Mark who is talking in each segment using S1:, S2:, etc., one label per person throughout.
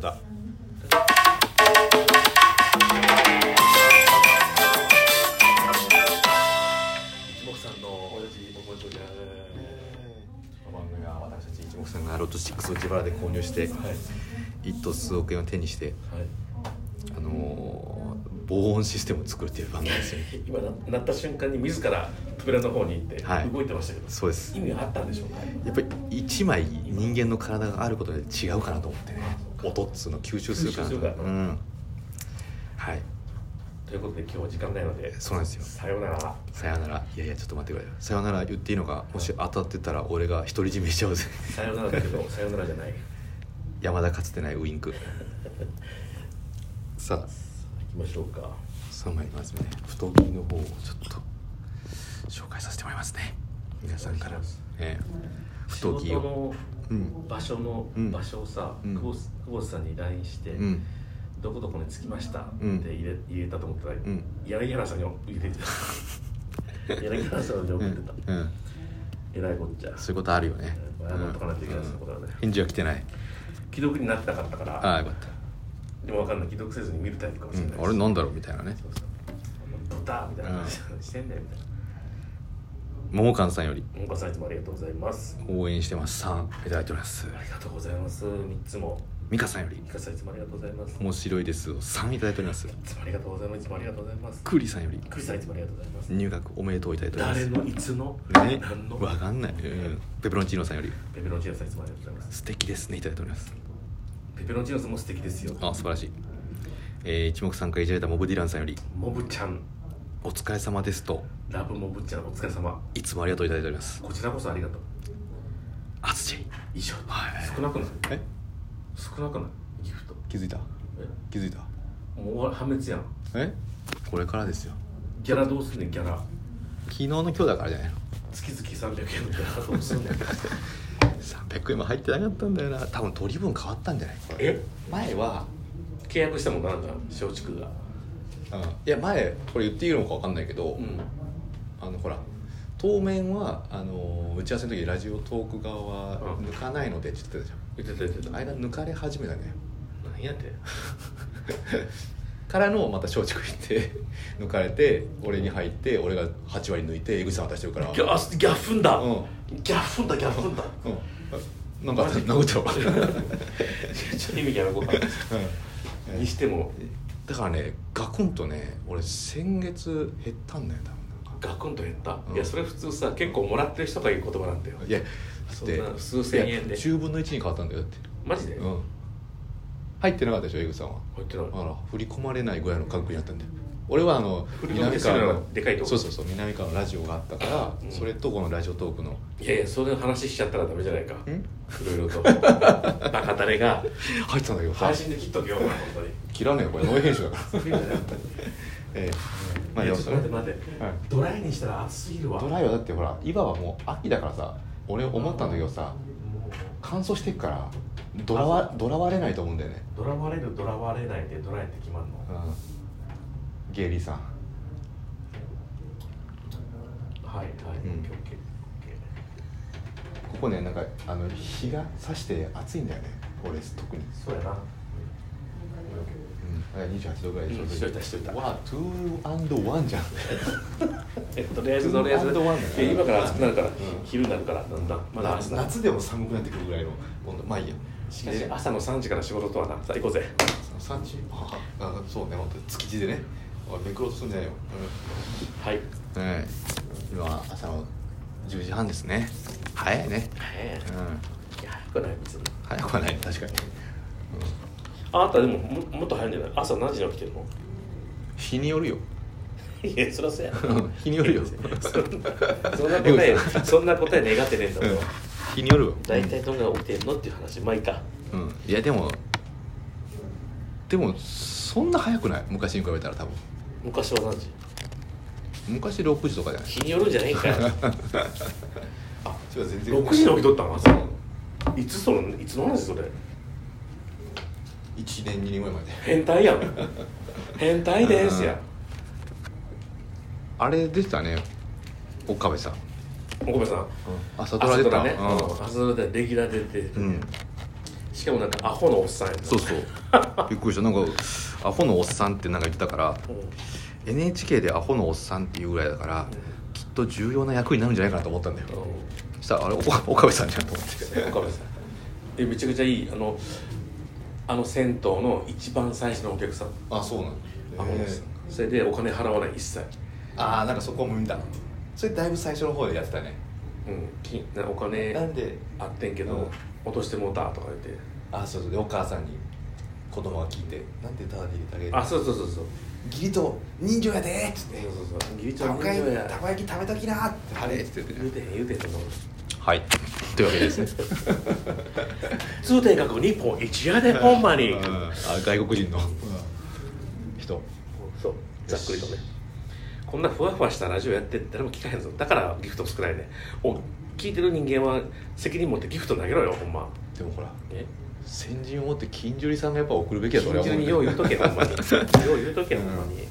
S1: った
S2: 一目さんの
S1: 親父
S2: お父ちゃん
S1: この番組は私たち一目散がロト6を自腹で購入して
S2: はい
S1: 一等数億円を手にして
S2: はい
S1: あのー防音システムを作るっていう番組ですよ
S2: 今な鳴った瞬間に自ら扉の方に行って
S1: はい
S2: 動いてましたけど、
S1: そうです
S2: 意味があったんでしょうか
S1: やっぱり一枚人間の体があることで違うかなと思ってね音っつうの吸収するかなと
S2: 吸収するから
S1: うんはい
S2: ということで今日は時間ないので
S1: そうなんですよ
S2: さようなら
S1: さよならいやいやちょっと待ってくれよさよなら言っていいのかもし当たってたら俺が独り占めしちゃうぜ
S2: さようなら だけどさようならじゃない
S1: 山田かつてないウイン クさあ
S2: 行きましょうか
S1: その前にまずね太着の方をちょっと紹介させてもらいますね皆さんから
S2: お願いします
S1: ええ
S2: 仕
S1: 太着
S2: 事
S1: を
S2: の
S1: うん
S2: 場所の
S1: うん
S2: 場所をさ、
S1: うん
S2: 久保久保田さんに LINE して、
S1: うん
S2: どこどこに着きましたって
S1: うん
S2: 入れ,、入れたと思ったら、
S1: ん
S2: 柳原さんに入れてた 柳原さんに
S1: う
S2: 送って
S1: ん
S2: た、
S1: うん
S2: えらいこっちゃ
S1: そういうことあるよね
S2: うん謝っとかないといけないですねこれはね
S1: 返事は来てない
S2: 既読になってなかったから
S1: ああよかった
S2: でもわかんない既読せずに見るタイプかもし
S1: う
S2: れない
S1: ん、あれなんだろうみたいなね
S2: そうそうドタみたいな感じしてんだよみたいな
S1: 桃缶さんより
S2: 文化さんいつもありがとうございます
S1: 応援してますさんいただいております
S2: ありがとうございます三つも
S1: 美香さんより
S2: 三日さんいつもありがとうございますい
S1: 面白いですをさんいただいております
S2: つもありがとうございますいつもありがとうございます
S1: クーリーさんより
S2: クリさんいつもありがとうございます
S1: 入学おめでとういただいております
S2: 誰のいつの、
S1: ね
S2: 何の
S1: わかんない、うん、ペペロンチーノさんより
S2: ペペロンチーノさんいつもありがとうございます
S1: 素敵ですねいただいております
S2: ペペロンチーノさんも素敵ですよ
S1: あ素晴らしい、えー、一目散会いただいたモブディランさんより
S2: モブちゃん
S1: お疲れ様ですと
S2: ラブモブちゃんお疲れ様
S1: いつもありがとういただいております
S2: こちらこそありがとう
S1: あつち
S2: 以上、
S1: はい
S2: 少なくない
S1: え
S2: 少なくないギフト
S1: 気づいた
S2: え
S1: 気づいた
S2: もう終わ破滅やん
S1: えこれからですよ
S2: ギャラどうすんねんギャラ
S1: 昨日の今日だからじゃないの
S2: 月々300円のギャラどうすんねん
S1: 300円も入ってなかったんだよな多分取り分変わったんじゃない
S2: え
S1: 前は、
S2: 契約したもんなんか松竹が
S1: うん、いや前これ言っていいのか分かんないけど、
S2: うん
S1: あのほら当面はあの打ち合わせの時ラジオトーク側は
S2: うん
S1: 抜かないのでって言ってたじゃん、
S2: 言ってた言ってた
S1: 間抜かれ始めたね
S2: 何やって
S1: からのまた松竹行って 抜かれて俺に入って俺が8割抜いて江口さん渡してるから
S2: ギャあギャッフンだ、
S1: うん
S2: ギャッフンだギャッフ ンだ
S1: うんなんか殴っちゃ うわ
S2: ちょっと意味が分かんない
S1: うん
S2: にしても
S1: だからねガコンとね俺先月減ったんだよ多分なんか
S2: ガクンと減った、
S1: うん
S2: いやそれ普通さ結構もらってる人が言う言葉なんだよ
S1: いやだ
S2: そ
S1: っ
S2: んな
S1: て
S2: 数千円で
S1: 10分の1に変わったんだよだって
S2: マジで、
S1: うん入ってなかったでしょ江口さんは
S2: 入ってない
S1: だから振り込まれないぐらいの感覚になったんだよ俺はあの
S2: 振り込みするのがでかいとこ
S1: そうそうそう南川のラジオがあったから、
S2: うん
S1: それとこのラジオトーク の
S2: いやいやそれ話しちゃったらダメじゃないか
S1: ん
S2: いろいろとバカタレが
S1: 入ってたんだけど
S2: 配信で切っとけよお前本当に
S1: 切らねえよこれノイ編集だから ええまあ
S2: い
S1: で
S2: や
S1: も
S2: ちょっ
S1: それド
S2: と待って待って、
S1: はい
S2: ドライにしたら暑すぎるわ
S1: ライはだってほら今はもう秋だからさ俺思ったんだけどさ乾燥してっからドラわドラわれないと思うんだよね
S2: ドラ割れるドラ割れないでドライって決まるの
S1: うんゲイリーさん
S2: はいはい、
S1: うん
S2: OKOK
S1: ここねなんかあの日が差して暑いんだよね俺特に、
S2: そうやな
S1: うん、だから28度ぐらいで
S2: うんしといたしといた
S1: わあ2&1 じゃん
S2: えとりあえずとりあえず
S1: ワンドワンだね
S2: え今から暑くなるから、
S1: ん
S2: 昼になるからだんだんまだ
S1: 夏夏でも寒くなってくるぐらいの温度まあいいや
S2: しかし朝の3時から仕事とはなさあ行こうぜ
S1: 3時ああそうね本当に築地でねおいめくろうとすんじゃないよ、
S2: はい
S1: うんはい今朝の10時半ですね早いね
S2: え
S1: うん
S2: いや早くない別に
S1: 早くはない確かに、
S2: あなたでもももっと早いんじゃない朝何時に起きてるの
S1: 日によるよ
S2: いやそりゃそうや
S1: うん 日によるよ
S2: そんなそんな答えそんな答え願ってねえんだもん、
S1: 日によるよ
S2: 大体どんぐらい起きてんのっていう話まあいいか
S1: うんいやでもでもそんな早くない昔に比べたら多分
S2: 昔は何時
S1: 昔6時とかじゃない
S2: 日によるんじゃねえ かよ
S1: あそれは全
S2: 6時に起きとったん朝いつそのいつの話それ
S1: 1年2年ぐらい前で
S2: 変態やん変態ですや
S1: あれでしたね岡部さん
S2: ん岡部さん
S1: 朝ドラ出た
S2: 朝ドラね
S1: う
S2: うん朝ドラでレギュラー出て
S1: ん、うん、
S2: しかもなんかアホのおっさんやな
S1: そう そうびっくりしたなんかアホのおっさんってなんか言ってたから
S2: うん
S1: NHK でアホのおっさんっていうぐらいだからきっと重要な役になるんじゃないかなと思ったんだよそしたらあれお岡部さんじゃんと思って
S2: うん岡部さんでめちゃくちゃいいあのあの銭湯の一番最初のお客さん
S1: あそうなの
S2: アホのおっさんそれでお金払わない一切
S1: ああなんかそこも見たそれだいぶ最初の方でやってたね
S2: うんきなお金
S1: なんで
S2: あってんけ
S1: うん
S2: ど落としてもうたとか言って
S1: あそうそうでお母さんに子供が聞いてなんでただで入れてあげる
S2: あそうそうそうそう
S1: 義理と人情やでーっつって
S2: そうそうそうギリちゃ
S1: た
S2: ん
S1: こ
S2: 人情や
S1: 焼き食べときなーって晴れって言って
S2: 言うてへん言うてへんそんなこと
S1: はいというわけですね
S2: 通天閣日本一夜でほんまに
S1: あ外国人の人
S2: そうざっくりとねこんなふわふわしたラジオやって誰も聞かへんぞだからギフト少ないねお聞いてる人間は責任持ってギフト投げろよほんま
S1: でもほら
S2: え
S1: 先陣を持って金樹里さんがやっぱ送るべきだと俺
S2: 緊
S1: は思
S2: 急
S1: う
S2: に
S1: ね
S2: よう言うとけほんまによう言うとけほんまに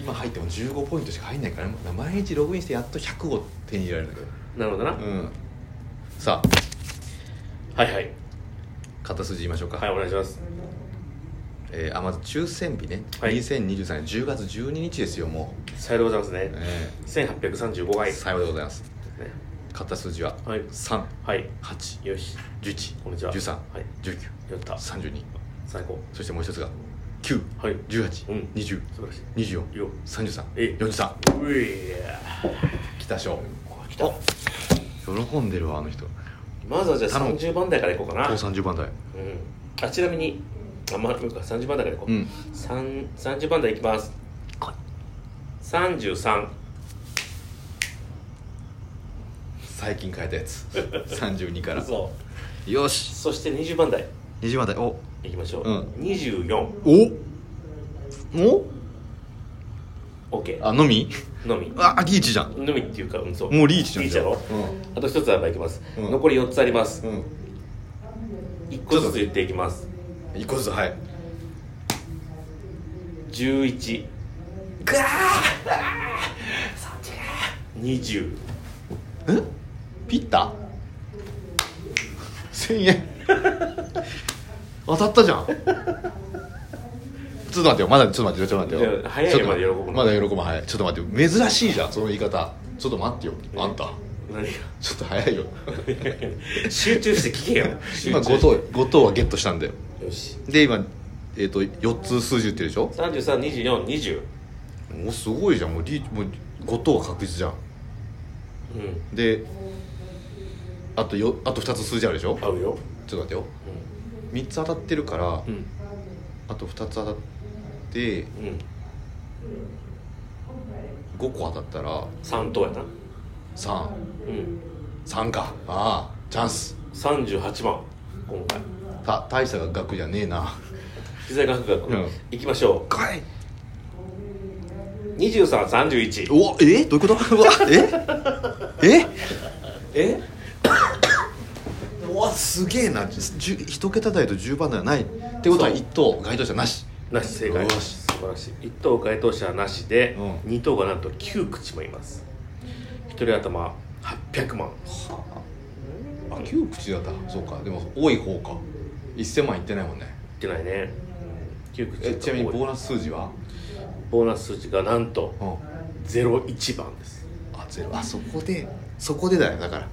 S1: 今入っても15ポイントしか入んないからね毎日ログインしてやっと100を手に入れられるんだ
S2: なるほどな
S1: けどうんさあ
S2: はいはい
S1: 片筋言いましょうか、
S2: はいお願いします
S1: えーあまず抽選日ね、
S2: はい
S1: 2023年10月12日ですよもう、
S2: さようでございますね
S1: え
S2: 1835
S1: ー
S2: 回
S1: さようでございます
S2: ね
S1: 片筋は
S2: はい
S1: 3、
S2: はい
S1: 8、
S2: よし
S1: 11、
S2: こんにちは
S1: 13、
S2: はい
S1: 19、
S2: やった
S1: 32
S2: 最高
S1: そしてもう一つが9、
S2: はい
S1: 18、
S2: うん
S1: 20、
S2: 素晴らしい
S1: 24、
S2: いいよ
S1: 33
S2: え、
S1: 43
S2: ういや
S1: 来たでしょ
S2: 来た
S1: 喜んでるわあの人
S2: まずはじゃあ
S1: 頼む
S2: 30番台からいこうかな
S1: 高30番台
S2: うんあちなみにあまあ僕は30番台からいこう、
S1: うん
S2: 三三30番台いきます33
S1: 最近変えたや つ32から
S2: そ
S1: よ
S2: う
S1: し
S2: そして20番台
S1: 20番台お
S2: いきましょう、
S1: う
S2: 24
S1: おお
S2: OK
S1: あのみ
S2: のみ
S1: あリーチじゃん
S2: のみっていうかうんそう
S1: もうリーチじゃん
S2: リーチやろあと1つあればいきます、
S1: うん
S2: 残り4つあります
S1: うん、うん、
S2: 1個ずつ言っていきます
S1: 一個ずつはい
S2: 11
S1: ガ
S2: 20
S1: ーえピッタ1000円当たったじゃんちょっと待ってよまだちょっと待ってよちょっと待って
S2: いや
S1: よ
S2: 早いよ
S1: ちょっと待ってま
S2: まだ喜ぶの
S1: だ喜ぶの早いちょっと待ってよ珍しいじゃんその言い方ちょっと待ってよあんた
S2: 何が
S1: ちょっと早いよ
S2: 集中して聞けよ集
S1: 今
S2: 中
S1: 5等5等はゲットしたんだよ
S2: よし
S1: で今えっ、と4つ数字言ってるでしょ
S2: 332420
S1: もうすごいじゃんもうリーもう5等は確実じゃん
S2: うん
S1: であとよあと2つ数字あるでしょ
S2: 合うよ
S1: ちょっと待ってよ3つ当たってるから
S2: うん
S1: あと2つ当たって
S2: うんうん
S1: 5個当たったら
S2: 3等やな
S1: 33
S2: うん
S1: かああチャンス
S2: 38番今回
S1: た大した額じゃねえな
S2: 膝が深く、
S1: うん
S2: いきましょ
S1: かいう
S2: 2331
S1: おえどういうことうわええ
S2: え
S1: うわすげえなじゅ一桁台と10番台はないってことは
S2: そう
S1: 1等該当者なし
S2: なし正解
S1: よし
S2: 素晴らしい1等該当者はなしで、
S1: うん
S2: 二2等がなんと9口もいます1人頭800万
S1: あ9口だったそうかでも多い方か1000万いってないもんね
S2: いってないね9口
S1: えちなみにボー
S2: ボ
S1: ナス数字は
S2: ボーナス数字がなんと
S1: うん
S2: 01番です
S1: あゼロあそこでそこでだよだから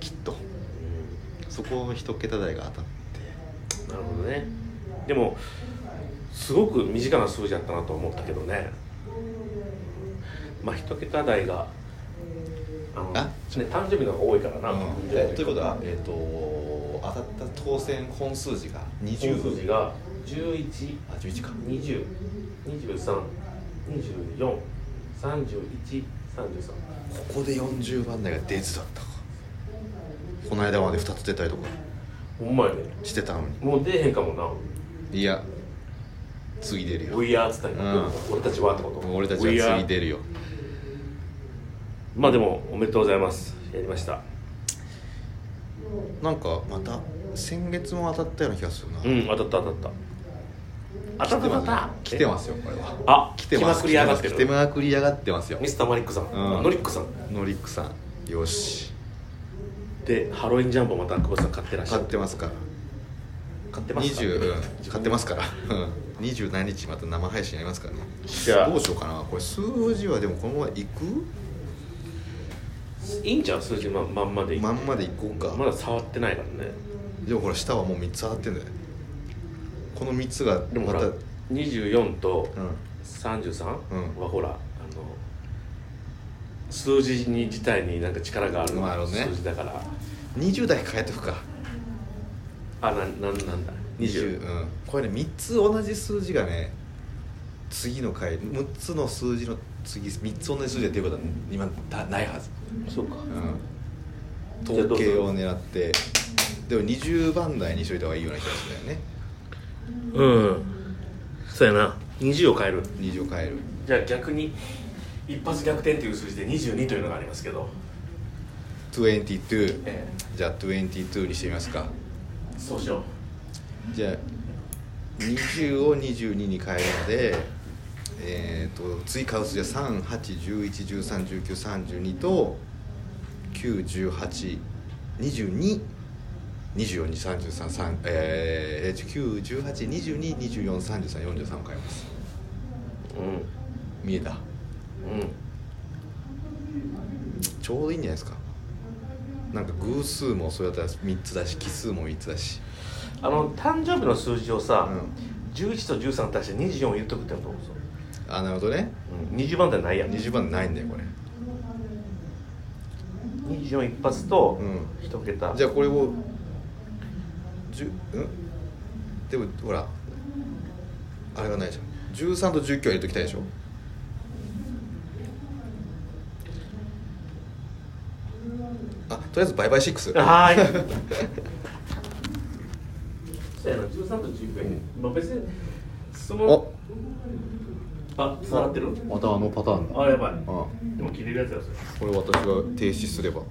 S1: きっとそこの一桁台が当たって
S2: なるほどねでもすごく身近な数字だったなと思ったけどねまあ一桁台があの
S1: あ
S2: ね、誕生日の方が多いからな、
S1: えということはえっ、と当たった当選本数字が
S2: 20数字が11
S1: あ11か
S2: 2 0 2 3 2 4 3 1 3 3
S1: ここで40番台が出ずだったかこの間まで2つ出たりとか
S2: ほんまやね
S1: してたのに
S2: もう出えへんかもない
S1: や次出る
S2: 「
S1: よ
S2: We are」っつったんや
S1: うん
S2: 俺たちはってこと
S1: 俺たち
S2: We
S1: は
S2: are
S1: 次出るよ
S2: まあでもおめでとうございますやりました
S1: なんかまた先月も当たったような気がするな、
S2: うん当たった当たった当たった当たった
S1: 来てますよこれは
S2: あ
S1: 来てます
S2: 来まくり上がってる
S1: 来てまくり上がってますよ
S2: ミスターマリックさん、
S1: うん
S2: ノリックさん
S1: ノリックさんよし
S2: でハロウィンジャンボまた久保田さん買ってらっしゃ
S1: 買っ
S2: る
S1: てますから
S2: 買ってます
S1: 20、うん、買ってますからうん27日また生配信やりますからね
S2: いや
S1: どうしようかなこれ数字はでもこのままいく
S2: いいんちゃう数字ままんまでいい
S1: まんまでいこうか
S2: まだ触ってないからね
S1: でもほら下はもう3つ上がってんだよこの3つが
S2: でもほ
S1: ま
S2: ら、
S1: たうん
S2: 24と33
S1: うん
S2: はほら、あの数字に自体になんか力がある
S1: なるほどね
S2: 数字だから、
S1: 20代変えとくか
S2: あななんなんだ20、
S1: うん、これね3つ同じ数字がね次の回6つの数字の次3つ同じ数字が出ることは今だないはず、
S2: そうか
S1: うん、
S2: じゃあ
S1: 統
S2: どうする
S1: 計を狙ってでも20番台にしといた方がいいような気がするんだよね
S2: うんそうやな20を変える
S1: 20を変える
S2: じゃあ逆に一発逆転という数字で22というのがありますけど、
S1: 22
S2: え
S1: じゃあ22にしてみますか
S2: えそうしよ
S1: じゃあ20を22に変えるのでえっ、と追加数字は3811131932と91822242333えー、91822243343を変えます
S2: ううん
S1: 見えた
S2: うん
S1: ちょうどいいんじゃないですかなんか偶数もそうやったら3つだし奇数も3つだし
S2: あの誕生日の数字をさ、
S1: う
S2: 11と13足して24を言っとくってのはどうぞ、
S1: あなるほどね
S2: うん、20番台ないやん
S1: 20番ないんだよこれ
S2: 24一発と
S1: う
S2: 一桁、
S1: じゃあこれをじゅうんでもほらあれがないじゃん13と19は入れときたいでしょあとりあえずバイバイ6
S2: はーい そうやな13と19円、まあ、別にその
S1: お
S2: あ触ってる
S1: またあのパターン
S2: あやばい
S1: あ
S2: でも切れるやつだそれ
S1: これ私が停止すれば